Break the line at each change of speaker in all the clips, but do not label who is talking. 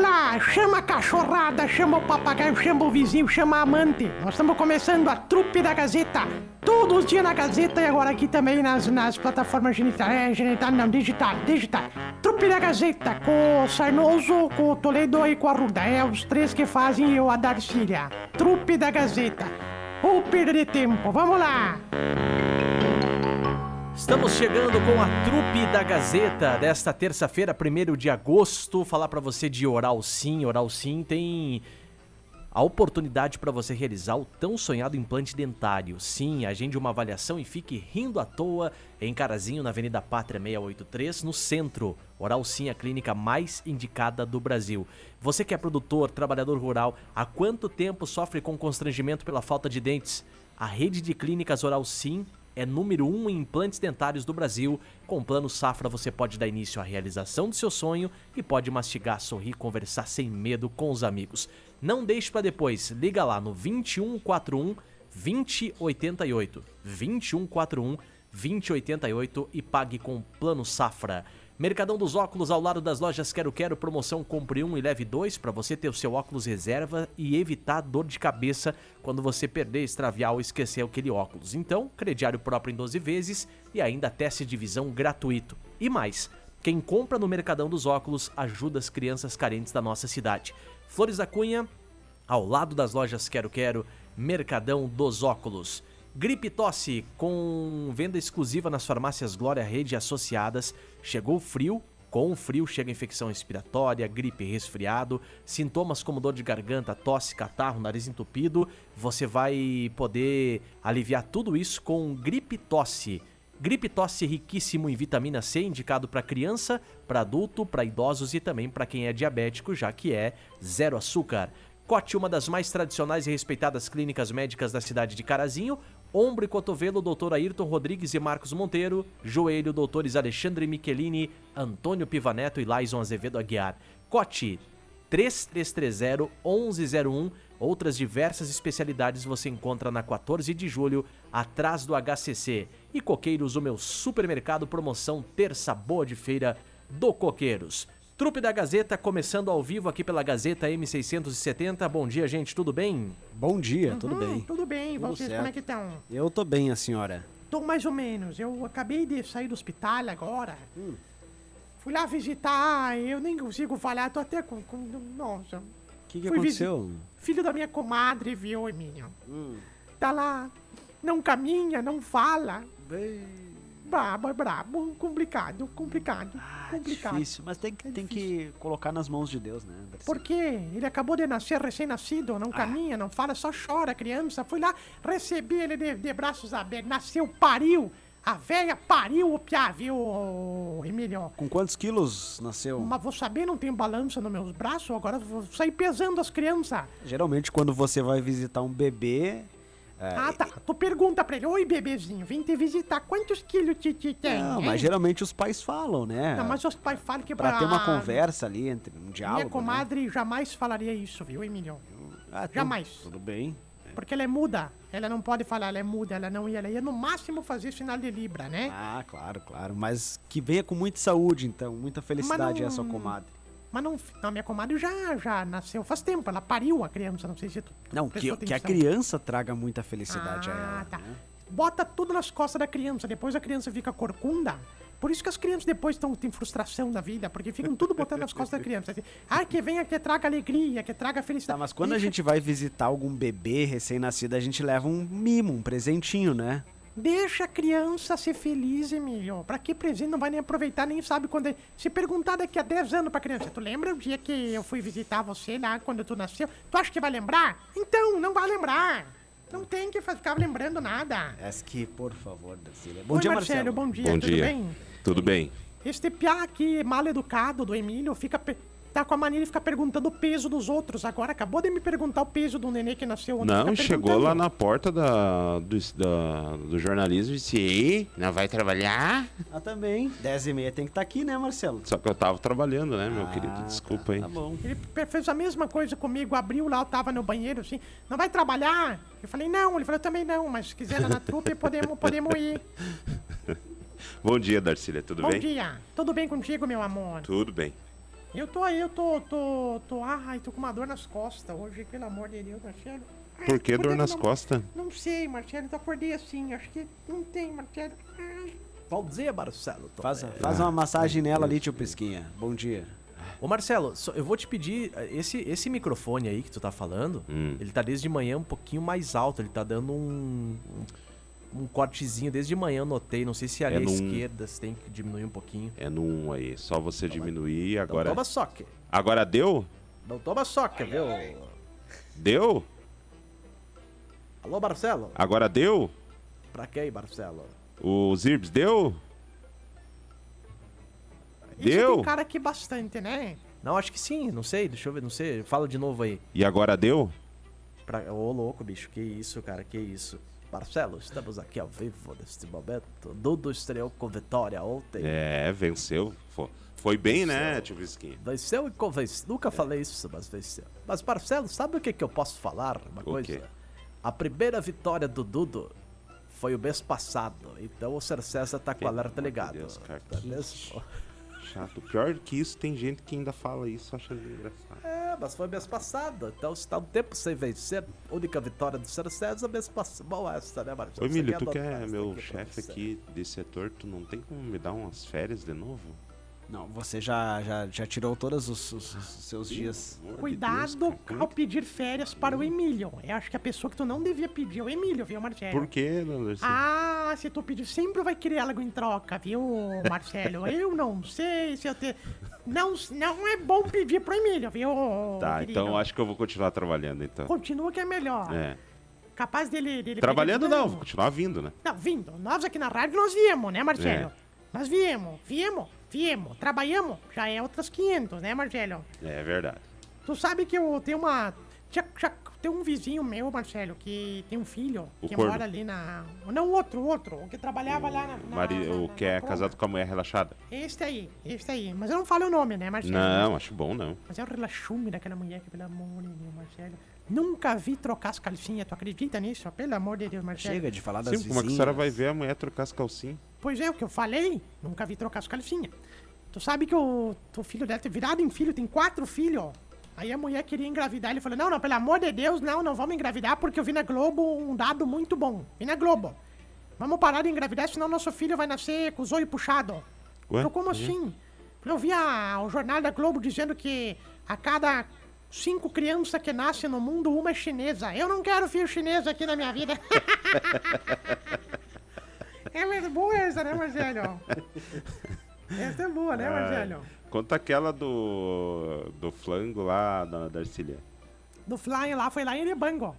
lá, chama a cachorrada, chama o papagaio, chama o vizinho, chama a amante. Nós estamos começando a trupe da Gazeta. Todos os dias na Gazeta e agora aqui também nas, nas plataformas genital, é, genital não, digital, digital. Trupe da Gazeta, com o Sarnoso, com o Toledo e com a Ruda. É os três que fazem eu a Darcília. Trupe da Gazeta. Ou perder tempo, vamos lá!
Estamos chegando com a trupe da Gazeta desta terça-feira, 1 de agosto. Falar para você de Oral Sim. Oral Sim tem a oportunidade para você realizar o tão sonhado implante dentário. Sim, agende uma avaliação e fique rindo à toa em Carazinho, na Avenida Pátria 683, no centro. Oral Sim, a clínica mais indicada do Brasil. Você que é produtor, trabalhador rural, há quanto tempo sofre com constrangimento pela falta de dentes? A rede de clínicas Oral Sim é número 1 um em implantes dentários do Brasil. Com o plano Safra você pode dar início à realização do seu sonho e pode mastigar, sorrir, conversar sem medo com os amigos. Não deixe para depois, liga lá no 2141 2088. 2141 2088 e pague com o plano Safra. Mercadão dos Óculos, ao lado das lojas Quero Quero, promoção Compre um e Leve dois para você ter o seu óculos reserva e evitar dor de cabeça quando você perder, extraviar ou esquecer aquele óculos. Então, crediário próprio em 12 vezes e ainda teste de visão gratuito. E mais, quem compra no Mercadão dos Óculos ajuda as crianças carentes da nossa cidade. Flores da Cunha, ao lado das lojas Quero Quero, Mercadão dos Óculos. Gripe Tosse, com venda exclusiva nas farmácias Glória Rede e Associadas. Chegou o frio, com o frio chega a infecção respiratória, gripe resfriado, sintomas como dor de garganta, tosse, catarro, nariz entupido. Você vai poder aliviar tudo isso com Gripe Tosse. Gripe tosse riquíssimo em vitamina C, indicado para criança, para adulto, para idosos e também para quem é diabético, já que é zero açúcar. Cote, uma das mais tradicionais e respeitadas clínicas médicas da cidade de Carazinho. Ombro e cotovelo, Dr. Ayrton Rodrigues e Marcos Monteiro. Joelho, doutores Alexandre Michelini, Antônio Pivaneto e Laison Azevedo Aguiar. Cote, 3330 1101. Outras diversas especialidades você encontra na 14 de julho, atrás do HCC. E Coqueiros, o meu supermercado, promoção Terça Boa de Feira do Coqueiros. Trupe da Gazeta, começando ao vivo aqui pela Gazeta M670. Bom dia, gente, tudo bem?
Bom dia, tudo bem?
Tudo bem,
Tudo
vocês
certo.
como é que estão?
Eu tô bem, a senhora.
Tô mais ou menos. Eu acabei de sair do hospital agora.
Hum.
Fui lá visitar, eu nem consigo falar, tô até com. com nossa.
O que, que
Fui
aconteceu? Hum.
Filho da minha comadre, viu, Emílio? Tá lá, não caminha, não fala. Brabo, é brabo, complicado, complicado,
Ah,
complicado.
difícil, mas tem, que- tem que colocar nas mãos de Deus, né? Darcy?
Porque ele acabou de nascer recém-nascido,
Ah.
não caminha, não fala, só chora, criança. Fui lá, recebi ele de, de braços abertos, nasceu, pariu. A velha pariu o piá, viu, ô, Emílio?
Com quantos quilos nasceu?
Mas vou saber, não tenho balança nos meus braços, agora vou sair pesando as crianças.
Geralmente, quando você vai visitar um bebê. é,
Ah, tá. Tu pergunta pra ele, oi, bebezinho, vem te visitar, quantos quilos Titi tem?
Não,
hein?"
mas geralmente os pais falam, né?
Não, mas os pais falam que...
Pra ter uma
ah,
conversa ali, entre um diálogo.
Minha comadre jamais falaria isso, viu, Emílio?
né? Ah, tu-
jamais.
Tudo bem.
Porque ela é muda. Ela não pode falar, ela é muda, ela não ia. Ela ia no máximo fazer sinal de Libra, né?
Ah, claro, claro. Mas que venha com muita saúde, então. Muita felicidade
não-
essa comadre.
Mas não. Não, minha comadre já, já nasceu faz tempo. Ela pariu a criança, não sei se tu.
Não, que,
prestou
que a
atenção.
criança traga muita felicidade a ela.
tá.
né?
Bota tudo nas costas da criança, depois a criança fica corcunda. Por isso que as crianças depois estão têm frustração na vida, porque ficam tudo botando nas costas da criança. Assim, ah, que venha, que traga alegria, que traga
Tá,
felicidade.
mas quando a
Deixa-
gente vai visitar algum bebê recém-nascido, a gente leva um mimo, um presentinho, né?
Deixa a criança ser feliz, Emílio. Pra que presente não vai nem aproveitar, nem sabe quando é. Se perguntar daqui a 10 anos pra criança, tu lembra o dia que eu fui visitar você lá quando tu nasceu? Tu acha que vai lembrar? Então, não vai lembrar. Não tem que fa- ficar lembrando nada.
Acho que, por favor, Darcília. Bom
Oi,
dia,
Marcelo.
Marcelo.
Bom dia,
Bom
tudo
dia.
bem?
Tudo bem?
Este piá aqui, mal educado do Emílio, fica. pe- Tá com a mania de ficar perguntando o peso dos outros. Agora acabou de me perguntar o peso do nenê que nasceu ontem.
Não,
Fica
chegou lá
perguntando.
na porta da, do, da- do jornalismo e disse: Ei, não vai trabalhar?
Ah, também. 10 e meia tem que estar aqui, né, Marcelo?
Só que eu tava trabalhando, né, meu
Ah,
querido?
tá,
Desculpa, hein?
Tá bom.
Ele pe- fez a mesma coisa comigo, abriu lá, eu tava no banheiro assim, não vai trabalhar? Eu falei, não, ele falou, eu também não, mas se quiser lá na trupe, podemos, podemos ir.
Bom dia, Darcília, tudo
Bom
bem?
dia, tudo bem contigo, meu amor?
Tudo bem.
Eu tô aí, eu tô, tô, tô. Ai, tô com uma dor nas costas hoje, pelo amor de Deus, Marcelo. Ai,
Por que dor
acordei
nas
não-
costas?
Não sei, Marcelo, eu acordei assim, acho que não tem, Marcelo. Ai.
Bom dia, Marcelo. Tomé.
Faz,
é,
faz uma massagem nela ali, tio Pesquinha. Bom dia.
Ô Marcelo, só- eu vou te pedir, eh, esse, esse microfone aí que tu tá falando,
Hum.
ele tá desde manhã um pouquinho mais alto, ele tá dando um, um, um cortezinho desde manhã, eu notei, não sei se ali
É
à
num-
esquerda se tem que diminuir um pouquinho.
É no 1 aí, só você diminuir agora. é-
Não toma soca,
Agora deu?
não toma soca, viu?
Deu?
Alô Marcelo,
Agora deu?
pra quem Marcelo?
O Zirbs deu?
Isso
Deu?
tem cara aqui bastante, né?
Não, acho que sim, não sei, deixa eu ver, não sei, fala de novo aí.
E agora deu?
Pra... Ô louco, bicho, que isso, cara, que isso. Marcelo, estamos aqui ao vivo neste momento. Dudu estreou com vitória ontem.
É, venceu. Fo- Foi bem, né, tio Visquinha?
Venceu e convenceu. Nunca falei isso, mas venceu. Mas, Marcelo, sabe o que, que eu posso falar? Uma
O quê?
coisa. A primeira vitória do Dudo foi o mês passado. Então o Ser César tá com o alerta
amor de
ligado.
Deus, cara,
Tá
que
mesmo?
Chato. Pior que isso, tem gente que ainda fala isso, acha engraçado.
É, mas foi mês passado. Então se tá um tempo sem vencer, única vitória do Ser César, mês passado. Bom, essa, né, Marcelo?
Ô,
Você
Emílio,
quer
tu que
adotar
é
essa
meu
pra
chefe
você?
aqui desse setor, tu não tem como me dar umas férias de novo?
Não, você já, já, já tirou todos os, os- os seus dias.
Pelo amor de
Cuidado
Deus, cara, como é
ao
que-
pedir férias para o Emílio. Eu acho que a pessoa que tu não devia pedir é o Emílio, viu, Marcelo?
Por que, Anderson?
Ah, se tu pedir, sempre vai querer algo em troca, viu, Marcelo? eu não sei se eu te... Não, não é bom pedir pro Emílio, viu,
tá,
querido?
então acho que eu vou continuar trabalhando, então.
Continua que é melhor.
É.
Capaz dele... dele
Trabalhando
pegar de
não,
novo.
vou continuar vindo, né?
Não, vindo. Nós aqui na rádio, nós viemos, né, Marcelo?
É.
Nós viemos, viemos, viemos. Trabalhamos, já é outras 500, né, Marcelo?
É verdade.
Tu sabe que eu tenho uma. tchac, tchac, Tem um vizinho meu, Marcelo, que tem um filho
O
que
corno.
mora ali na. Não, outro, outro. O que trabalhava lá na. na
Mari-
na-
O
na-
que
na
é
Proga.
casado com a mulher relaxada?
Este aí, este aí. Mas eu não falo o nome, né, Marcelo?
Não, acho bom não.
Mas é o relaxume daquela mulher que, pelo amor de Deus, Marcelo. Nunca vi trocar as calcinhas, tu acredita nisso? Pelo amor de Deus, Marcelo.
Chega de falar das
Sim,
vizinhas.
como é que a senhora vai ver a mulher trocar as calcinhas?
Pois é, o que eu falei, nunca vi trocar as calcinhas. Tu sabe que o teu filho deve ter virado em filho, tem quatro filhos. Aí a mulher queria engravidar, ele falou, não, não, pelo amor de Deus, não, não vamos engravidar, porque eu vi na Globo um dado muito bom. Vi na Globo. Vamos parar de engravidar, senão nosso filho vai nascer com os olhos puxados.
Ué?
Eu, como assim? Eu vi a- o jornal da Globo dizendo que a cada cinco crianças que nascem no mundo, uma é chinesa. Eu não quero filho chinês aqui na minha vida. É mesmo boa essa, né, Marcelo? essa é boa, né, Marcelo?
Conta aquela do. do flango lá da, da Arcília.
Do Flying lá, foi lá em Erebango.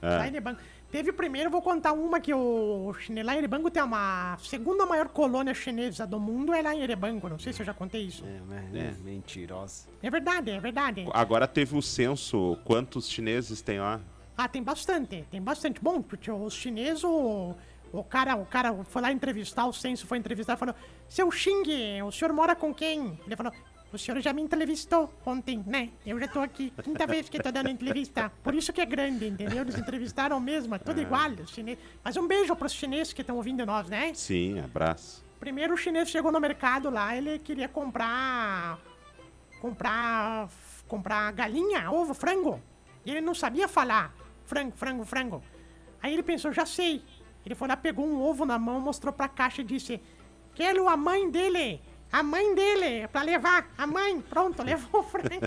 Ah.
Lá em Erebango. Teve primeiro, eu vou contar uma que o chinês. Lá em Erebango tem uma a segunda maior colônia chinesa do mundo, é lá em Erebango. Não sei se eu já contei isso.
É, mas- Mentirosa.
É verdade, é verdade.
Agora teve o censo, quantos chineses tem lá?
Ah, tem bastante, tem bastante. Bom, porque os chineses, o, o cara, o cara foi lá entrevistar, o censo foi entrevistar e falou: Seu Xing, o senhor mora com quem? Ele falou: O senhor já me entrevistou ontem, né? Eu já tô aqui, quinta vez que tô dando entrevista. Por isso que é grande, entendeu? Eles entrevistaram mesmo, é tudo igual, os chineses. Mas um beijo pros chineses que estão ouvindo nós, né?
Sim, abraço.
Primeiro o chinês chegou no mercado lá, ele queria comprar. comprar. comprar galinha, ovo, frango. E ele não sabia falar. Frango, frango, frango. Aí ele pensou, já sei. Ele foi lá, pegou um ovo na mão, mostrou pra caixa e disse: Quero a mãe dele! A mãe dele, pra levar, a mãe, pronto, levou o frango.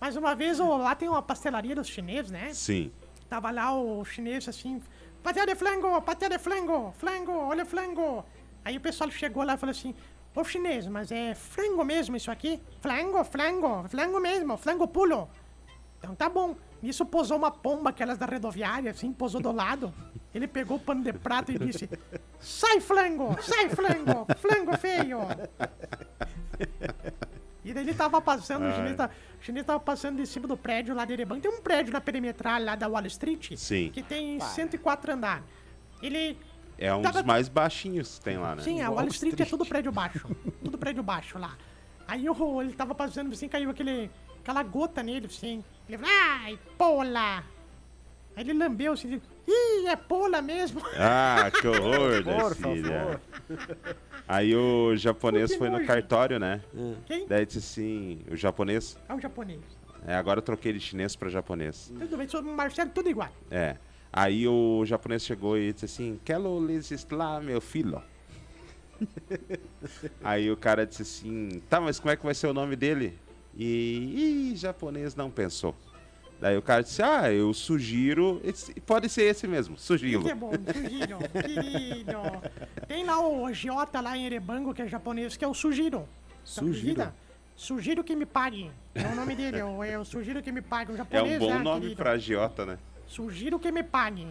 Mais uma vez, ó, lá tem uma pastelaria dos chineses, né?
Sim.
Tava lá o chinês assim, paté de flango, paté de flango, flango, olha o flango. Aí o pessoal chegou lá e falou assim, ô chinês, mas é frango mesmo isso aqui? Flango, flango, flango mesmo, flango pulo. Então tá bom. Nisso posou uma pomba, aquelas da rodoviária, assim, posou do lado. Ele pegou o pano de prato e disse, sai flango, sai flango, flango feio. E daí ele tava passando, o chinês, tava, o chinês tava passando de cima do prédio lá de Erebango. Tem um prédio na perimetral lá da Wall Street
Sim.
que tem 104 andares. Ele.
É um
Tá
Tava-
dos mais baixinhos que tem lá, né?
Sim, a Wall
Wall
Street, é
Street.
tudo prédio baixo. tudo prédio baixo lá. Aí o, ele tava passando assim, caiu aquele, aquela gota nele, assim. Ele falou, ai, pola! Aí ele lambeu-se e disse, Ih, é pola mesmo.
Ah, que horror,
Por
Darcília. Aí o japonês foi no cartório, né?
Quem?
Daí disse assim, o japonês...
É um japonês.
É, agora eu troquei de chinês pra japonês.
Tudo bem, sou Marcelo, tudo igual.
É. Aí o japonês chegou e disse assim: Quero legislar, meu filho. Aí o cara disse assim: Tá, mas como é que vai ser o nome dele? E. Ih, japonês não pensou. Daí o cara disse: Ah, eu sugiro. esse- pode ser esse mesmo, sugiro.
Que é bom, Sugiro, querido. Tem lá o agiota lá em Erebango, que é japonês, que é o Sugiro. Tá
Sugiro?
acredita? Sugiro que me pague. É o nome dele, eu, eu sugiro que me pague. O
É
japonês,
um bom
né,
nome
querido?
pra agiota, né?
Sugiro que me pague.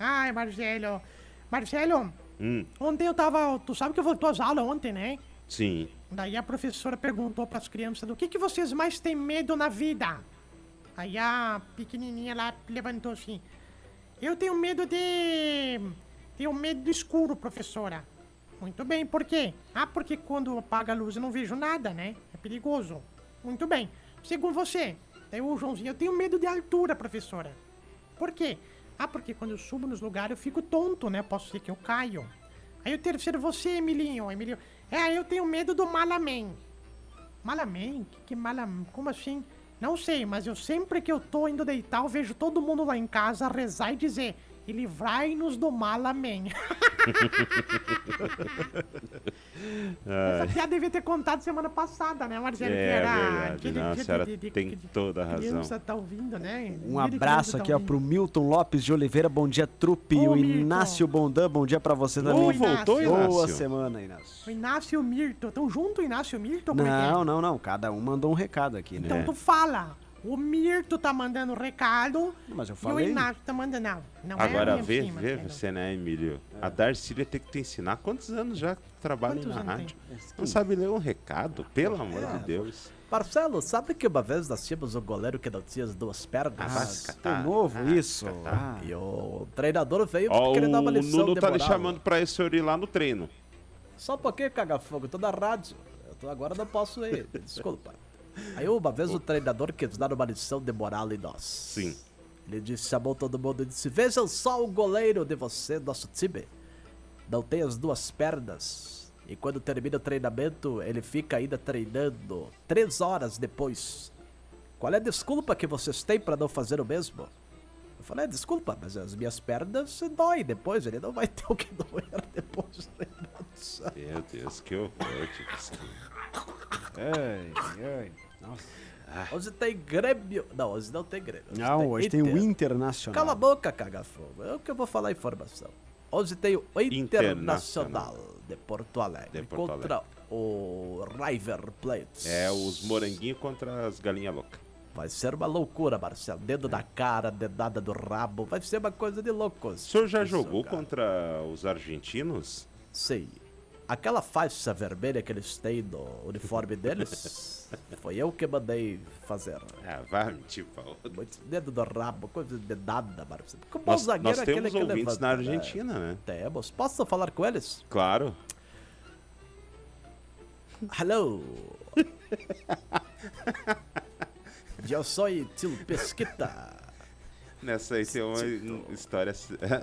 Ai, Marcelo. Marcelo,
Hum,
ontem eu tava... Tu sabe que eu voltou às aulas ontem, né?
sim.
Daí a professora perguntou pras crianças do que, que vocês mais têm medo na vida. Aí a pequenininha lá levantou assim: Eu tenho medo de. Tenho medo do escuro, professora. Muito bem, por quê? Ah, porque quando apaga a luz eu não vejo nada, né? É perigoso. Muito bem. Segundo você, daí o Joãozinho, eu tenho medo de altura, professora. Por quê? Ah, porque quando eu subo nos lugares eu fico tonto, né? Posso ser que eu caio. Aí o terceiro, você, Emilinho. Emilinho. É, eu tenho medo do Malaman. Malaman? Que, que Malaman? Como assim? Não sei, mas eu sempre que eu tô indo deitar, eu vejo todo mundo lá em casa rezar e dizer: E livrai-nos do Malaman. Essa piada devia ter contado semana passada, né, Marcelo?
É, verdade. Não, a senhora tem toda a razão.
criança tá ouvindo, né?
Um abraço aqui ó, pro Milton Lopes de Oliveira, bom dia, trupe.
Ô,
o
Milton.
Inácio Bondan, bom dia pra você também.
Ô, voltou,
é Boa
Inácio?
semana,
tá O
Inácio.
Inácio e o Mirto. Tão junto, o Inácio e o Mirto? Como é que é?
Não, não, não, cada um mandou um recado aqui, né?
Então
É.
tu fala. O Mirto tá mandando recado.
Mas eu
E
falei.
o Inácio tá mandando. Não, não é
Agora
mesmo,
vê,
sim,
vê
Marcelo.
você, né, Emílio? A Darcília tem que te ensinar quantos anos já trabalha
Quantos
na
anos
rádio. Não sabe ler um recado, pelo amor
é.
de Deus.
Marcelo, sabe que uma vez nós tínhamos um goleiro que não tinha as duas
Tá,
pernas?
Ah, tá.
De novo, isso. Ah,
e o treinador veio
Ó,
querer dar uma
o
lição
Nuno
de
tá lhe
moral.
chamando pra esse senhor ir lá no treino.
Só um pouquinho, caga-fogo, eu tô na rádio. Eu tô, agora não posso ir, desculpa. Aí uma vez o treinador quis dar uma lição de moral em nós.
Sim.
Ele disse, chamou todo mundo e disse, vejam só o goleiro de você, nosso time. Não tem as duas pernas. E quando termina o treinamento, ele fica ainda treinando. Três horas depois. Qual é a desculpa que vocês têm pra não fazer o mesmo? Eu falei, "É, desculpa, mas as minhas pernas doem depois, ele não vai ter o que doer depois do treinamento.
Meu Deus, que horror. Tipo.
ai, ai. Nossa.
Hoje tem Grêmio. Não, hoje não tem Grêmio.
Não, hoje tem o Internacional.
Cala a boca, cagafogo. É o que eu vou falar a informação. Hoje tem o Internacional,
Internacional.
de Porto Alegre
De Porto
contra o River Plate.
É os moranguinhos contra as galinhas loucas.
Vai ser uma loucura, Marcelo. Dedo da cara, dedada do rabo. Vai ser uma coisa de loucos.
O senhor já jogou
cara.
contra os argentinos?
Sim. Aquela faixa vermelha que eles têm no uniforme deles, foi eu que mandei fazer.
Ah, vá mentir pra outro.
Muito dedo do rabo, coisa de nada, Marcelo. Como
Nós,
o
nós
zagueiro é aquele
temos
que
ouvintes
levanta,
na
né?
Argentina, né?
Temos. Posso falar com eles?
Claro.
Hello! Eu sou Tilo Pesquita.
Nessa aí tem uma história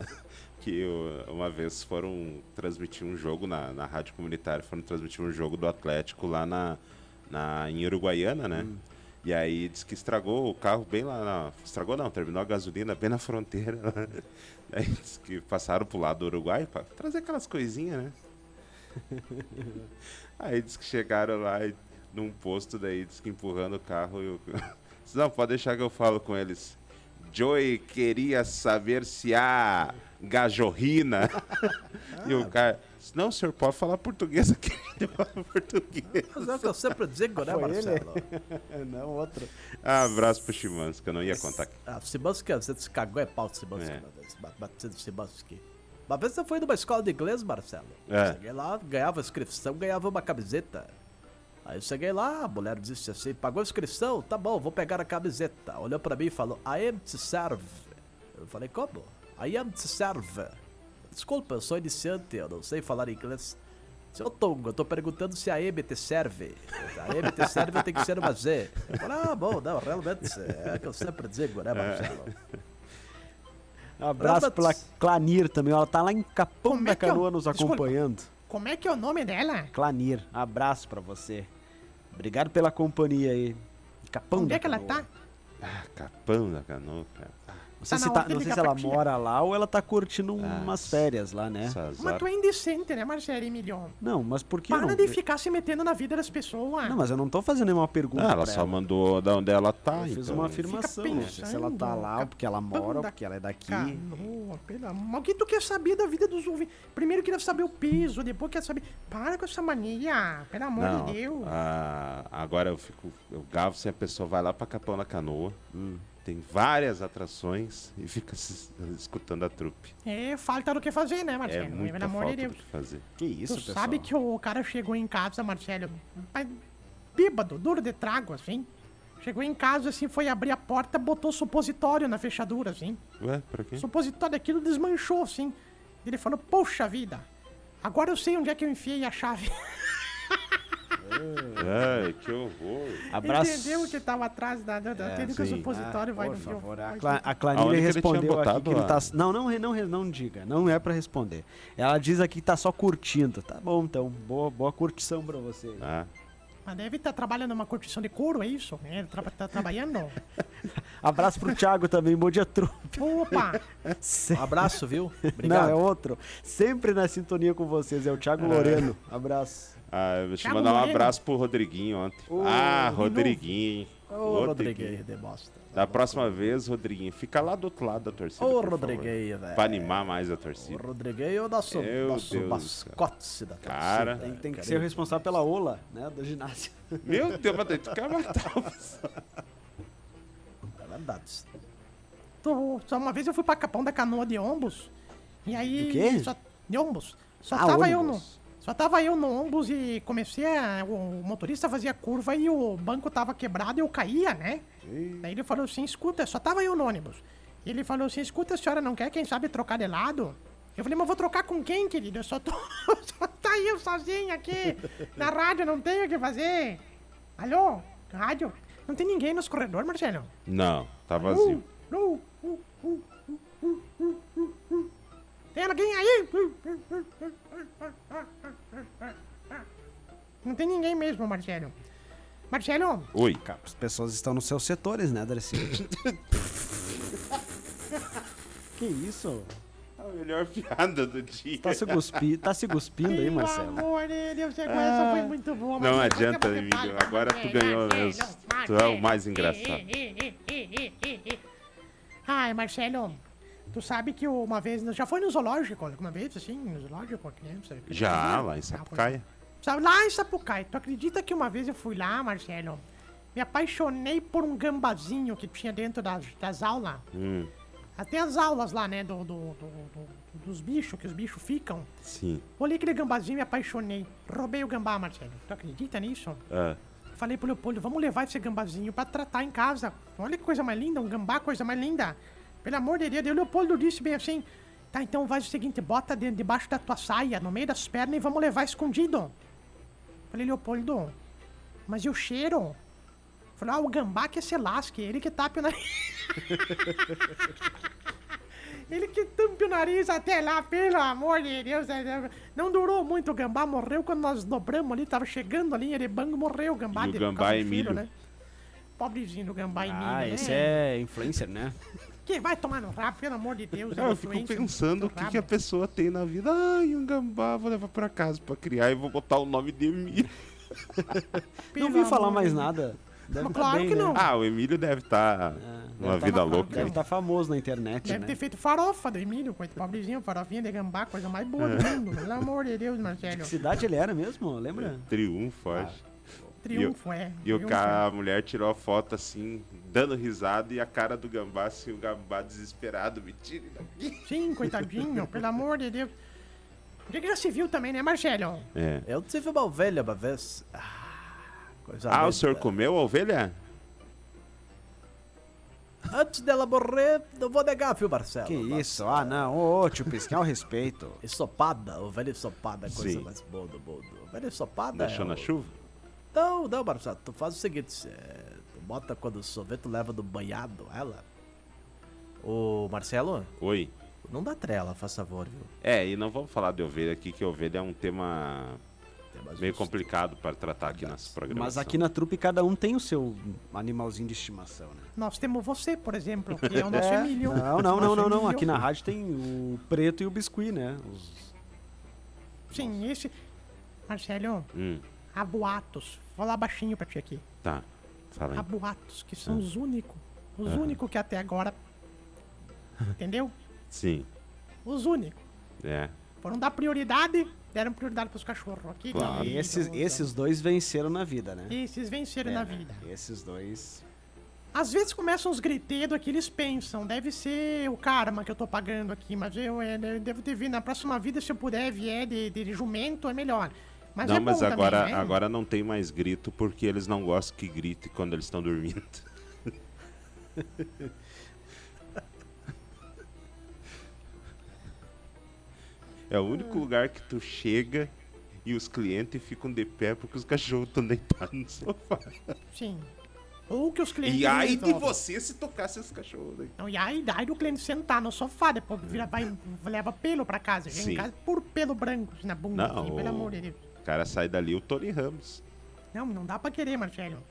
que eu- uma vez foram transmitir um jogo na, na rádio comunitária, foram transmitir um jogo do Atlético lá na, na- em Uruguaiana, né? E aí diz que estragou o carro bem lá na. Estragou não, terminou a gasolina bem na fronteira. né? Aí diz que passaram pro lado do Uruguai pra trazer aquelas coisinhas, né? Aí diz que chegaram lá e- num posto, daí diz que empurrando o carro e o. Diz, Não, pode deixar que eu falo com eles. Joey queria saber se há gajorrina. e
Ah.
o cara. disse, Não, senhor, pode falar português aqui. Ele fala português.
Mas é o que eu sempre digo, né,
Foi
Marcelo?
Não, outro. Um
Ah, abraço pro Chimans, que eu não ia contar aqui.
Ah, Simanski, às vezes cagou é pau de Simanski.
É.
uma vez, ba- Batendo Simanski. Uma vez eu fui numa escola de inglês, Marcelo.
É.
Cheguei lá, ganhava inscrição, ganhava uma camiseta. Aí eu cheguei lá, a mulher disse assim, pagou a inscrição? Tá bom, vou pegar a camiseta. Olhou pra mim e falou, I am to serve. Eu falei, como? I am to serve. Desculpa, eu sou iniciante, eu não sei falar inglês. Seu Tongo, eu tô perguntando se a M te serve. A M te serve tem que ser uma Z. Eu falei, ah, bom, não, realmente, é o que eu sempre digo, né, Marcelo?
Um abraço pra Clanir também. Ela tá lá em Capão
Como é
da
que eu-
Canoa nos
Desculpa.
acompanhando.
Como é que é o nome dela?
Clanir, abraço pra você. Obrigado pela companhia aí. Capão
Onde
da
é que ela
Canoa.
tá?
Ah, capão da canoa, cara.
Não sei,
Tá
se,
na
tá-
ordem
não
de
sei se ela
Capatinga.
mora lá ou ela tá curtindo
Ah,
umas férias lá, né?
Essas
Mas
horas.
tu é indecente, né, Marcelo Emilion?
Não, mas por que
Para
não?
de ficar se metendo na vida das pessoas.
Não, mas eu não tô fazendo nenhuma pergunta
Ah, ela
pra
só
né?
mandou de onde ela tá.
Eu fiz
então.
uma afirmação,
Fica
não sei se ela tá
pensando,
lá, ou
cara.
porque ela mora, ou
Banda
porque ela é daqui.
Canoa, pelo amor. O que tu quer saber da vida dos ouvintes? Primeiro queria saber o peso, depois quer saber. Para com essa mania, pelo amor
Não,
de Deus.
ah, agora eu fico. Eu gavo se a pessoa vai lá pra Capão da Canoa. hum, Tem várias atrações e fica se- escutando a trupe.
É falta do que fazer, né,
É
Marcelo?
muita
pelo amor
falta
de Deus.
do que fazer.
Que isso,
Tu
pessoal.
sabe que o cara chegou em casa, Marcelo, mas bêbado, duro de trago, assim. Chegou em casa, assim, foi abrir a porta, botou supositório na fechadura, assim.
Ué, pra quê?
Supositório daquilo desmanchou, assim. Ele falou, poxa vida, agora eu sei onde é que eu enfiei a chave.
Ai, que horror.
Abraço. É,
Entendeu o que tava atrás da... da, da tendo que o
sim.
supositório
Ah,
vai
por
no meu-
favor, a,
vai
Cla
no-
a
Aonde
Clanilha
que ele
respondeu
tinha
aqui que ele
botado
tá...
a-
Não, não, re- não, re- não diga. Não é pra responder. Ela diz aqui que tá só curtindo. Tá bom, então. Boa, boa curtição pra você.
Ah,
Mas deve estar trabalhando numa curtição de couro, é isso? Ele tra tá trabalhando?
Abraço pro Thiago também. Bom dia, trupe.
Opa!
Se-
Um abraço, viu?
Não,
Obrigado.
é outro. Sempre na sintonia com vocês. É o Thiago Loreno. Abraço.
ah, deixa eu
Thiago
mandar um
Moreno.
abraço pro Rodriguinho ontem.
Ô,
ah,
de novo?
Rodriguinho.
Ô, Rodrigueira de bosta.
Da próxima vez, Rodriguinho, fica lá do outro lado da torcida.
Ô,
por favor,
Rodrigueira, velho.
Pra animar mais a torcida.
Rodrigueiro da sua,
Meu
da sua
Deus,
mascote da torcida.
Cara.
Tem, tem que
Cara,
ser o responsável pela ola, né? Do ginásio.
Meu Deus, mas tu quer matar o pessoal.
é verdade.
Tô- só uma vez eu fui pra Capão da Canoa de ônibus. E aí.
Do quê?
Só, de ônibus. Só
Ah,
tava eu no.
ônibus.
Só tava eu no ônibus e comecei a. O motorista fazia curva e o banco tava quebrado e eu caía, né? Daí ele falou assim: escuta, só tava eu no ônibus. Ele falou assim: escuta, a senhora não quer, quem sabe, trocar de lado? Eu falei, mas eu vou trocar com quem, querido? Eu só tô. só tá eu sozinho aqui. Na rádio não tenho o que fazer. Alô? Rádio? Não tem ninguém nos corredores, Marcelo?
Não, tá
Uh.
vazio.
No, no, no, no, no, no, no, no. Tem alguém aí? Não tem ninguém mesmo, Marcelo. Marcelo,
Oi.
Cara, as pessoas estão nos seus setores, né, Darcy? que isso?
A melhor piada do dia.
Tá se, guspi... tá se cuspindo aí,
pelo
Marcelo? Ah,
amor de Deus, essa coisa foi muito boa.
Não
Marcelo.
adianta,
Você
Emílio.
para,
Agora tu
Marcelo,
ganhou
Marcelo,
mesmo. Tu é o mais engraçado.
Ai, Marcelo, tu sabe que uma vez, já foi no zoológico alguma vez, assim, no zoológico? né? Não sei.
Já, lá
Ah, foi.
em Sapucaia.
Sabe, lá em Sapucaia, tu acredita que uma vez eu fui lá, Marcelo? Me apaixonei por um gambazinho que tinha dentro das, das aulas.
Hum,
Até as aulas lá, né, do, do- do- do- dos bichos, que os bichos ficam.
sim.
Olhei aquele gambazinho e me apaixonei. Roubei o gambá, Marcelo. Tu acredita nisso?
Ah,
Falei pro Leopoldo, vamos levar esse gambazinho pra tratar em casa. Olha que coisa mais linda, um gambá, coisa mais linda. Pelo amor de Deus, e o Leopoldo disse bem assim, tá, então faz o seguinte, bota dentro, debaixo da tua saia, no meio das pernas e vamos levar escondido. Falei, Leopoldo, mas e o cheiro? Falei, ah, o gambá que se lasque, ele que tape o nariz. ele que tampe o nariz até lá, pelo amor de Deus. é, Não durou muito o gambá, morreu quando nós dobramos ali, tava chegando a linha de banco, morreu o gambá.
E o
de-
gambá
por causa do né?
Emílio.
Pobrezinho do gambá Emílio,
Ah,
né?
esse é influencer, né?
Que vai tomar no rabo, pelo amor de Deus. é
eu
uma
fico
doença
pensando
do
o que, que a
rabo.
pessoa tem na vida. Ai, um gambá, vou levar pra casa pra criar e vou botar o nome de Emílio.
Pelo
não vi falar
amor
mais
de-
nada. Deve
Mas
tá
claro
bem,
que
né?
não.
Ah, o Emílio deve
Ah,
estar
deve
numa
tá
vida
fa-
louca.
Deve
aí.
estar famoso na internet,
Deve
né?
ter feito farofa do Emílio, coisa pobrezinho, farofinha de gambá, coisa mais boa do mundo. Pelo amor de Deus, Marcelo.
É. Que cidade ele era mesmo, lembra?
Triunfo, acho.
Ah,
Triunfo, é.
E o
Triunfo,
cara, a mulher tirou a foto assim, dando risada, e a cara do gambá, assim, o gambá desesperado, me tire daqui.
é. Sim, coitadinho, pelo amor de Deus. Guerra Civil também, né, Marcelo?
É.
Eu tive uma ovelha uma vez. Ah, coisa
Ah,
linda.
o senhor comeu a ovelha?
Antes dela morrer, não vou negar, viu,
Tá
Marcelo?
Que
Mas-
isso? Ah, não. Ô, ô, tio Piscal, respeito.
Ensopada, ovelha ensopada é a coisa
Sim.
mais boa do mundo. Ovelha
Ah,
ensopada.
Deixou
é
na
o-
chuva?
Não, não, Marcelo, tu faz o seguinte: é, tu bota quando o sorvete leva no banhado ela. Ô, Marcelo,
Oi.
Não dá trela, faz favor, viu?
É, e não vamos falar de ovelha aqui, que ovelha é um tema É meio complicado para tratar aqui nas programações.
Mas aqui na trupe cada um tem o seu animalzinho de estimação, né?
Nós temos você, por exemplo, que é o nosso Emílio.
Não, não, não,
Nosso
não, não.
Emílio.
Aqui na rádio tem o preto e o biscuit, né? Os-
Sim, esse. Marcelo,
Hum,
há boatos. Vou falar baixinho pra ti aqui.
tá. Fala aí.
Há boatos que
Ah.
são os únicos. Os únicos que até agora. Entendeu?
Sim,
Os únicos.
é.
Foram dar prioridade, deram prioridade pros cachorros. Aqui, então,
Claro.
não, ali,
esses,
não, não.
esses dois venceram na vida, né?
Esses
É.
venceram na vida.
Esses dois.
Às vezes começam uns griteiros aqui, eles pensam, deve ser o karma que eu tô pagando aqui, mas eu, é, eu devo ter vindo na próxima vida, se eu puder vier de, de jumento, é melhor. Mas
não,
é
mas
bom
agora,
também, né?
agora não tem mais grito porque eles não gostam que grite quando eles estão dormindo. é o único lugar que tu chega e os clientes ficam de pé porque os cachorros estão deitados no sofá.
Sim. Ou que os clientes...
E ai de
resolvem.
você se tocasse os cachorros aí.
Não, e aí, aí do cliente sentar no sofá, depois vira, vai, leva pelo pra casa. Chega
Sim.
em casa por pelo branco na bunda,
Não,
assim,
o-
pelo amor de Deus.
O cara sai dali, o Tony Ramos.
Não, não dá pra querer, Marcelo.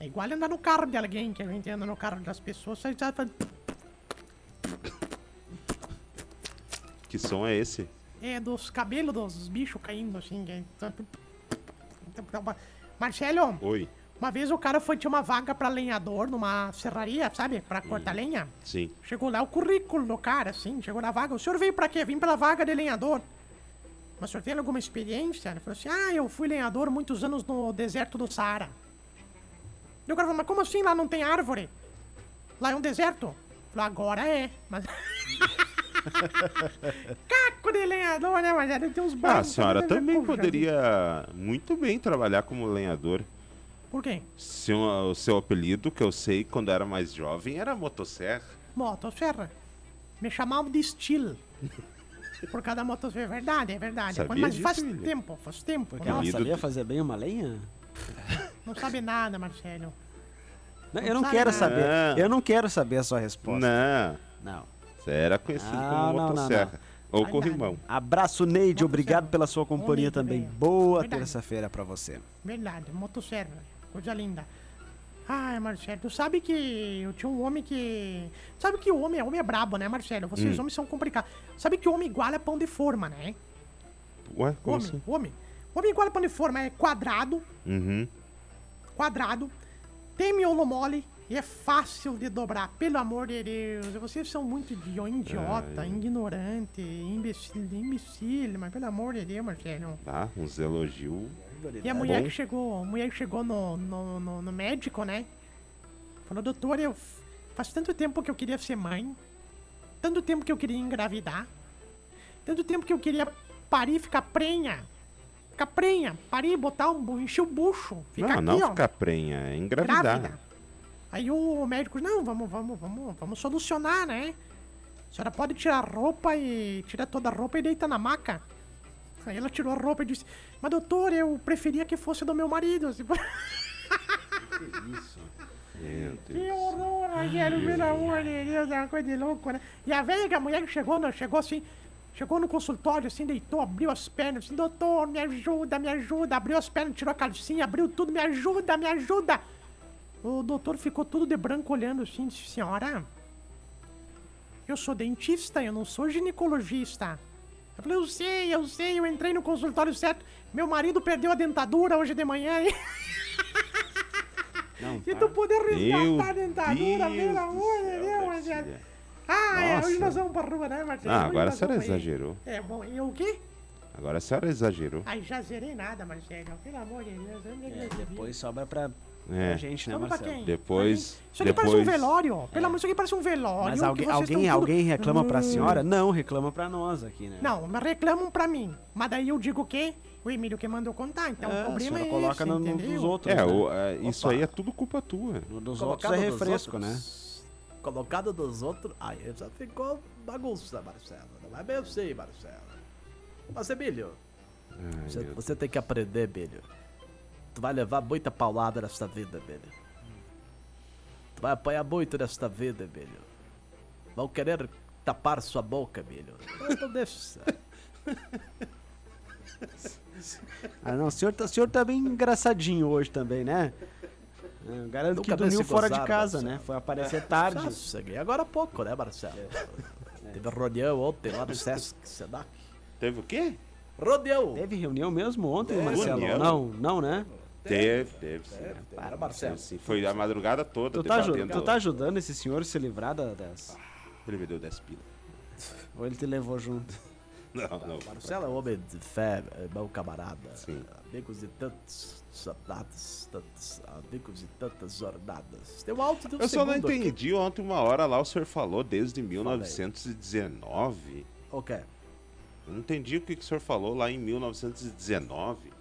É igual andar no carro de alguém, que a gente anda no carro das pessoas, sai sai faz...
Que som é esse?
É, dos cabelos dos bichos caindo, assim. que é- tá, Marcelo,
Oi.
uma vez o cara foi tinha uma vaga pra lenhador numa serraria, sabe? Pra cortar lenha.
Sim.
Chegou lá o currículo do cara, assim, chegou na vaga. O senhor veio pra quê? Vim pela vaga de lenhador. Mas o senhor tem alguma experiência? Ele falou assim: ah, eu fui lenhador muitos anos no deserto do Saara. E o cara falou: mas como assim lá não tem árvore? Lá é um deserto? Ele Falou, agora é, mas. Caco de lenhador, né, mas era tem uns né,
Ah,
brancos,
a senhora
nada a ver
também
com o jardim.
poderia muito bem trabalhar como lenhador.
Por quê?
Seu, o seu apelido, que eu sei quando era mais jovem, era Motosserra.
Motosserra. Me chamavam de Steel. Por causa da motosserra. É verdade, é verdade.
Sabia
mas
disso,
faz
William?
tempo, faz tempo.
Porque
Nossa,
ela
Apelido
sabia
do-
fazer bem uma lenha?
Não sabe nada, Marcelo.
Não, eu não
sabe
quero
nada.
saber.
Não.
Eu não quero saber a sua resposta.
Não,
Não.
você era conhecido
Ah,
como
não, não,
Motosserra. Ou
Ah,
Corrimão.
Abraço, Neide.
Não,
Obrigado
Marcelo.
pela sua companhia
Neide,
também.
velho.
Boa
né? Verdade.
terça-feira pra você.
Verdade, motosserra. Coisa linda. Ai, Marcelo, tu sabe que eu tinha um homem que. Sabe que o homem, homem é brabo, né, Marcelo?
Hum.
Vocês homens são complicados. Sabe que o homem iguala pão de forma, né?
Ué, como
homem,
assim?
homem. Homem iguala pão de forma, é quadrado,
Uhum.
quadrado, tem miolo mole e é fácil de dobrar, pelo amor de Deus. Vocês são muito idio- idiota, ignorante, imbecil, imbecil, mas pelo amor de Deus, Marcelo.
Tá, uns elogios.
E a mulher
Tá bom.
que chegou, a mulher que chegou no, no, no, no médico, né? Falou, doutor, eu f- faz tanto tempo que eu queria ser mãe, tanto tempo que eu queria engravidar, tanto tempo que eu queria parir, ficar prenha, ficar prenha, parir, botar um, bu- encher o bucho, ficar
não,
aqui,
não
ó,
ficar prenha, é engravidar.
grávida. Aí o médico, não, vamos, vamos, vamos, vamos solucionar, né? A senhora pode tirar a roupa e tirar toda a roupa e deitar na maca. Aí ela tirou a roupa e disse, mas doutor, eu preferia que fosse do meu marido. Assim,
Meu
Que
Deus.
horror, Rogério, pelo amor de Deus, é uma coisa de louco, né? E a velha, que a mulher que chegou, né, chegou assim, chegou no consultório, assim, deitou, abriu as pernas, assim, doutor, me ajuda, me ajuda, abriu as pernas, tirou a calcinha, abriu tudo, me ajuda, me ajuda. O doutor ficou tudo de branco olhando assim, disse, senhora, eu sou dentista, eu não sou ginecologista. Eu falei, eu sei, eu sei, eu entrei no consultório certo, meu marido perdeu a dentadura hoje de manhã, hein?
Não,
tá
E tu poder
Meu
resgatar a dentadura,
Deus
pelo
do
amor de
céu,
Deus,
Garcia.
Marcelo. né, Ah, é, hoje
Nossa.
nós vamos pra rua, né, Marcelo?
assim, Ah,
Hoje
agora a
nós
senhora
vamos aí.
exagerou.
É, bom, e o quê?
Agora a senhora exagerou.
Ai, já zerei nada, Marcelo. Pelo amor de Deus, eu me
É,
acredito.
depois sobra pra
Ah,
pra
É.
gente, né,
Vamos pra
Marcelo? É.
quem?
Depois-
Pra quem? Isso aqui parece um
depois-
velório. Pelo amor, isso aqui parece um velório.
Mas
que
alguém,
vocês
alguém,
estão tudo-
alguém reclama pra senhora? Não, reclama pra nós aqui, né?
Não, mas reclamam pra mim. Mas daí eu digo o quê? O Emílio que mandou contar, então
É,
o
a
problema
senhora
é
coloca
esse,
no, no,
entendeu?
dos outros.
É,
né?
o- é, isso
Opa.
aí é tudo culpa tua.
No dos outros
Colocado
é
dos
refresco, né?
outros- Colocado dos outros. Aí já ficou bagunça, Marcelo. Não é bem assim, Marcelo. Mas, Emílio,
Ai,
você,
meu-
você tem que aprender, Emílio. Tu vai levar muita paulada nesta vida, Emílio. Tu vai apanhar muito nesta vida, Emílio. Vão querer tapar sua boca, Bilho. Então deixa.
Ah, não, o senhor, tá- o senhor tá bem engraçadinho hoje também, né? É, Eu garanto
Nunca
que dormiu
desse
fora
gozar,
de casa,
Marcelo.
né? Foi aparecer tarde. É.
Sossegui. Agora há pouco, né, Marcelo? Teve rodeão ontem lá no Sesc, Sedac.
Teve o quê?
Rodeão!
Teve reunião mesmo ontem, Marcelo?
Reunião?
Não, não, né?
Teve, teve, sim.
É.
né?
Para, Marcelo.
Sim, Foi a madrugada toda
Tu tá, aju-
debatendo.
tu tá ajudando esse senhor a se livrar da- das...
Ele me deu 10 pila.
Ou ele te levou junto?
Não, não.
Marcelo é um homem de fé, é meu camarada.
Sim.
Amigos de tantos saudades, tantos amigos de tantas jornadas. Tem um alto de um
Eu só não
segundo aqui.
entendi. Ontem, uma hora lá, o senhor falou desde 1919.
Ok.
Eu não entendi o que, que o senhor falou lá em 1919.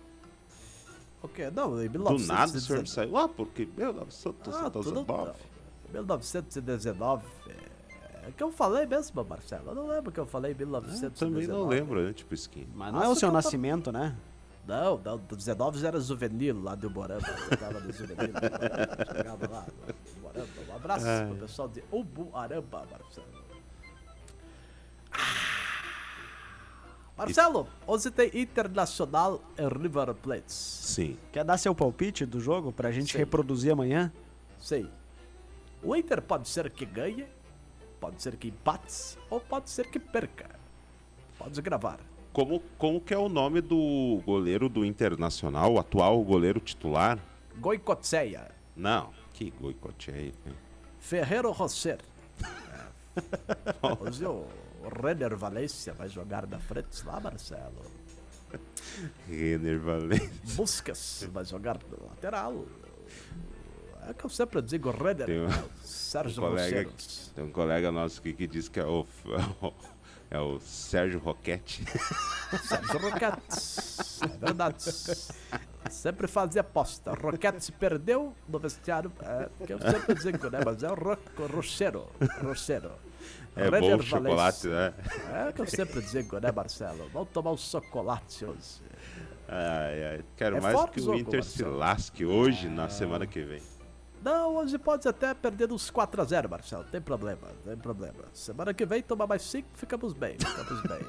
Ok, não, em
Do nada o senhor
1919.
me saiu. Ah, porque
Ah, tudo
1919.
bom. 1919. É que eu falei mesmo, Marcelo. Eu não lembro que eu falei em
Ah, Eu
1919.
também não lembro, né? Tipo, skin.
Mas não é o
Nossa,
seu
que eu tô-
nascimento, né?
Não, não, 19 já era juvenil lá do Uborama. Eu tava no juvenil. do Uborama, Chegava lá no Uborama. Um abraço pro pessoal de Ubuaramba, Marcelo. Ah! Marcelo, hoje tem Internacional e River Plate.
Sim.
Quer dar seu palpite do jogo pra gente
Sim.
reproduzir amanhã?
Sei. O Inter pode ser que ganhe, pode ser que empate ou pode ser que perca. Pode gravar.
Como, como que é o nome do goleiro do Internacional, o atual goleiro titular?
Goicotseia,
Não. Que goicoteio. né?
Ferreiro Rosser. É. Hoje o o Renner Valência vai jogar na frente lá, Marcelo.
Renner Valente.
Buscas vai jogar na lateral. É que eu sempre digo Renner. né?
Tem um-
Sérgio
colega-
Rosser.
Tem um colega nosso aqui que diz que é o, é o, é o Sérgio Roquete.
Sérgio Roquetes. É verdade. Sempre fazia aposta. Roquetes perdeu no vestiário. É, que eu sempre digo, né? Mas é o Ro Rocheiro. Rocheiro.
É bom
Renner
o chocolate,
Valência.
né?
É o que eu sempre digo, né, Marcelo? Vamos tomar um chocolate hoje.
Ai, ai. Quero
É
mais
forte
que
o
o
jogo,
Inter se
Marcelo.
lasque hoje,
Ah.
na semana que vem.
Não, hoje pode até perder uns 4x0, Marcelo. Tem problema, tem problema. Semana que vem tomar mais 5, ficamos bem, ficamos bem.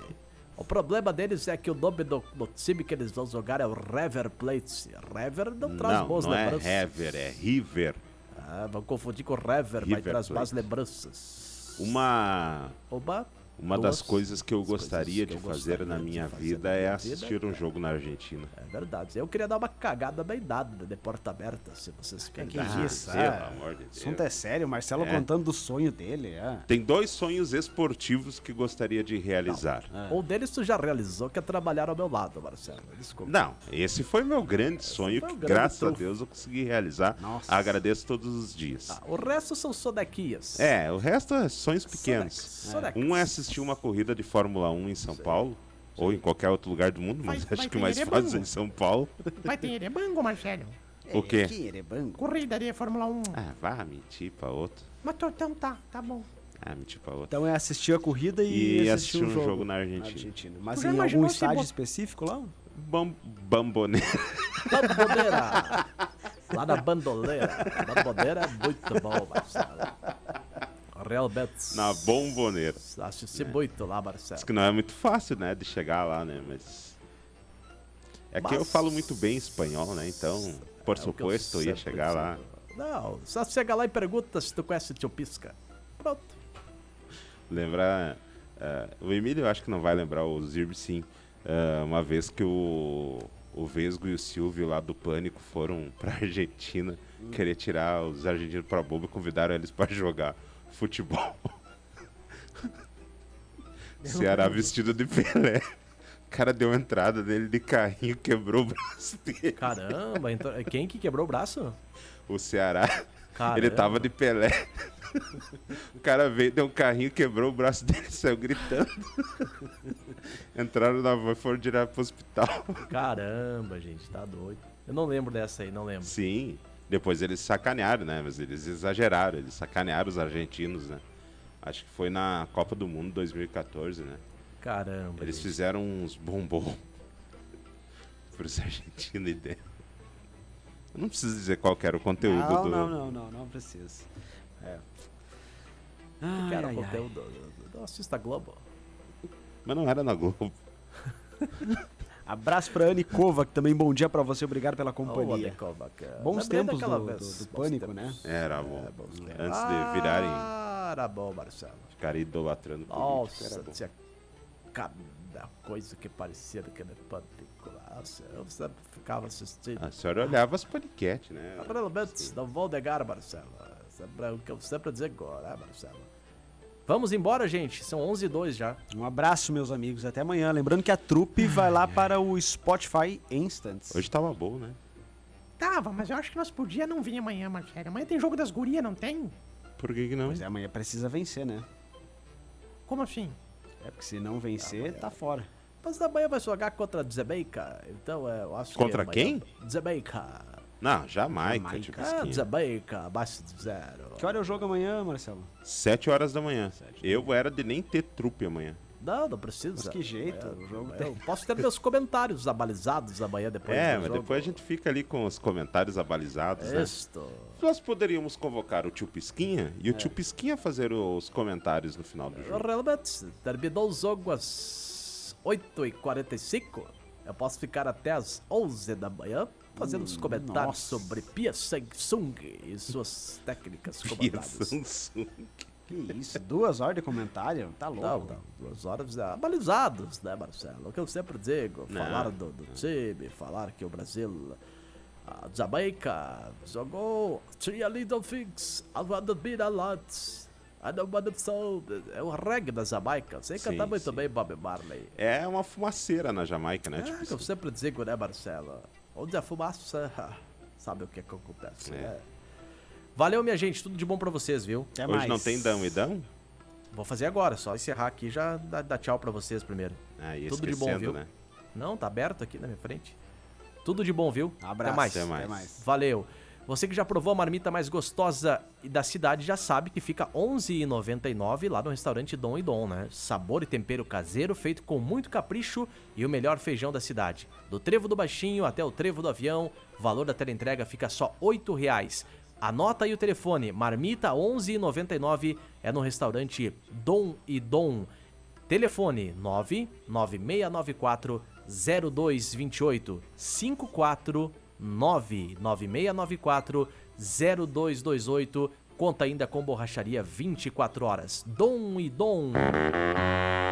O problema deles é que o nome do, do time que eles vão jogar é o River Plate. River não Então traz
Não,
boas
não é
lembranças.
Hever, é River.
Ah, vão confundir com River, vai
River
traz más
Plate.
lembranças.
Uma,
Oba,
uma
duas.
das coisas que eu
as coisas
gostaria
que
de
eu
fazer
gostaria
na
de
minha
fazer
vida
na
é
minha
assistir
vida,
um jogo na Argentina.
É verdade. Eu queria dar uma cagada bem dada de porta aberta, se
Ah,
vocês
Que
pegarem.
isso,
pelo
ah,
amor de
O assunto é
Deus.
sério, o Marcelo contando do sonho dele, é.
Tem dois sonhos esportivos que gostaria de realizar.
Um deles tu já realizou, que é trabalhar ao meu lado, Marcelo. Desculpa.
Não, esse foi meu grande sonho
foi
que,
um grande
graças a
trunfo.
Deus, eu consegui realizar.
Nossa.
Agradeço todos os dias.
Ah, o resto são sonequias.
É, o resto é sonhos pequenos.
Sonex,
Um é assistir uma corrida de Fórmula 1 em São Paulo, ou em qualquer outro lugar do mundo, mas
Vai- vai
acho que
ter
mais
Erebango.
fácil é em São Paulo.
Vai ter Erebango, Marcelo.
O quê?
É, Que erebango.
Corrida de Fórmula 1.
É.
Ah, vá mentir pra outro.
Mas tô- então tá, tá bom.
Ah, mentir pra outro.
Então é assistir a corrida e, assistir
E
um
assistir um
jogo,
jogo na Argentina.
Mas
Tu já
em algum
imaginou se
estádio
bot-
específico lá?
Então-
Bam bambone.
Bandoleira. Lá na bandoleira. Bandoleira é muito bom, Marcelo. Realmente.
Na É. bomboneira.
Assisti muito lá, Marcelo.
Diz que não é muito fácil, né, de chegar lá, né, mas... É que eu
Mas-
falo muito bem espanhol, né, então, por
É o que eu
suposto, eu ia
sempre
chegar lá.
digo. Não, só chega lá e pergunta se tu conhece Tio Pisca. Pronto.
Lembrar... eh, o Emílio, eu acho que não vai lembrar, o Zirb sim. Eh, uma vez que o, o Vesgo e o Silvio lá do Pânico foram pra Argentina querer tirar os argentinos pra boba e convidaram eles pra jogar futebol. Ceará vestido de Pelé. O cara deu uma entrada nele de carrinho, quebrou o braço dele.
Caramba, então, quem que quebrou o braço?
O Ceará.
Caramba.
Ele tava de Pelé. O cara veio, deu um carrinho, quebrou o braço dele, saiu gritando. Entraram na van e foram direto pro hospital.
Caramba, gente, tá doido. Eu não lembro dessa aí, não lembro.
Sim. Depois eles sacanearam, né? Mas eles exageraram, eles sacanearam os argentinos, né? Acho que foi na Copa do Mundo 2014, né?
Caramba.
Eles
gente.
fizeram uns bombom pros argentinos e deram. Eu não preciso dizer qual que era o conteúdo
Não,
do.
não, não, não, não precisa. É. Ai,
Cara,
ai, ai.
conteúdo. Assista Globo.
Mas não era na Globo.
Abraço pra Anne Kova, que também bom dia pra você, obrigado pela
Ô, Ale
companhia.
Kovac, é.
Bons
Lembrei
tempos
daquela
do-
vez,
do- do
bons
Pânico, né?
tempos.
Era tá bom.
É, bons tempos.
Antes de virarem,
Ah, era bom, Marcelo.
ficarem idolatrando político,
Nossa,
era bom.
tinha cada coisa que parecia daquele Pânico. Nossa, eu sempre ficava assistindo.
Ah, A senhora olhava as paniquetes, né?
Realmente, não vou negar, Marcelo. Sempre, é o que eu sempre digo, né, Marcelo? Vamos embora, gente. São 11 e 2 já.
Um abraço, meus amigos, até amanhã. Lembrando que a trupe vai lá para o Spotify Instants.
Hoje tava bom, né?
Tava, mas eu acho que nós podia não vir amanhã, Marcelo. Amanhã tem jogo das gurias, não tem?
Por que, que não?
Pois é, amanhã precisa vencer, né?
Como assim?
É porque se não vencer, tá fora.
Mas amanhã vai jogar contra a Zebeika. Então é, eu acho
Contra
que.
quem?
Zebeika.
Não, Jamaica,
Jamaica.
tipo
Ah,
esquina.
Zebeika, abaixo de zero.
Que hora é o jogo amanhã, Marcelo?
Sete horas da manhã. Eu era de nem ter trupe amanhã.
Não, não precisa.
Mas que jeito,
Amanhã-
o jogo
amanhã
tem-
Eu posso ter meus comentários abalizados amanhã depois
é,
do
mas
jogo.
depois a gente fica ali com os comentários abalizados, né?
Isto.
Nós poderíamos convocar o tio Pisquinha e o tio Pisquinha fazer os comentários no final do jogo.
Realmente, terminou o jogo às 8h45. Eu posso ficar até às 11 da manhã fazendo os comentários
Hum, nossa.
sobre Pia Samsung e suas técnicas
Pia
comandadas.
Samsung.
Que isso, duas horas de comentário? Tá
Não,
louco.
não, duas horas é, abalizados, né, Marcelo? O que eu sempre digo,
Não.
falar do, do time, falar que o Brasil, a Jamaica, jogou tinha Little Things, I wanna be a lot, I don't wanna be so... É o reggae da Jamaica, sei
Sim,
cantar muito
sim.
bem Bob Marley.
É uma fumaceira na Jamaica, né?
É,
Tipo
que eu
isso.
sempre digo, né, Marcelo? Onde a fumaça, sabe o que, que acontece,
É.
né? Valeu, minha gente, tudo de bom pra vocês, viu?
Até
Hoje não tem dão e dão?
Vou fazer agora, só encerrar aqui e já dar dar tchau pra vocês primeiro.
Ah, ia
Tudo de bom,
esquecendo,
viu?
né?
Não, tá aberto aqui na minha frente. Tudo de bom, viu?
Abraço,
até mais.
até mais.
Valeu. Você que já provou a marmita mais gostosa e da cidade já sabe que fica R$ 11,99 lá no restaurante Dom e Dom, né? Sabor e tempero caseiro feito com muito capricho e o melhor feijão da cidade. Do trevo do baixinho até o trevo do avião, o valor da teleentrega fica só R$ 8,00. Anota aí o telefone, marmita 11,99 é no restaurante Dom e Dom. Telefone 99694 0228 54 99694 0228 Conta ainda com borracharia 24 horas. Dom e Dom.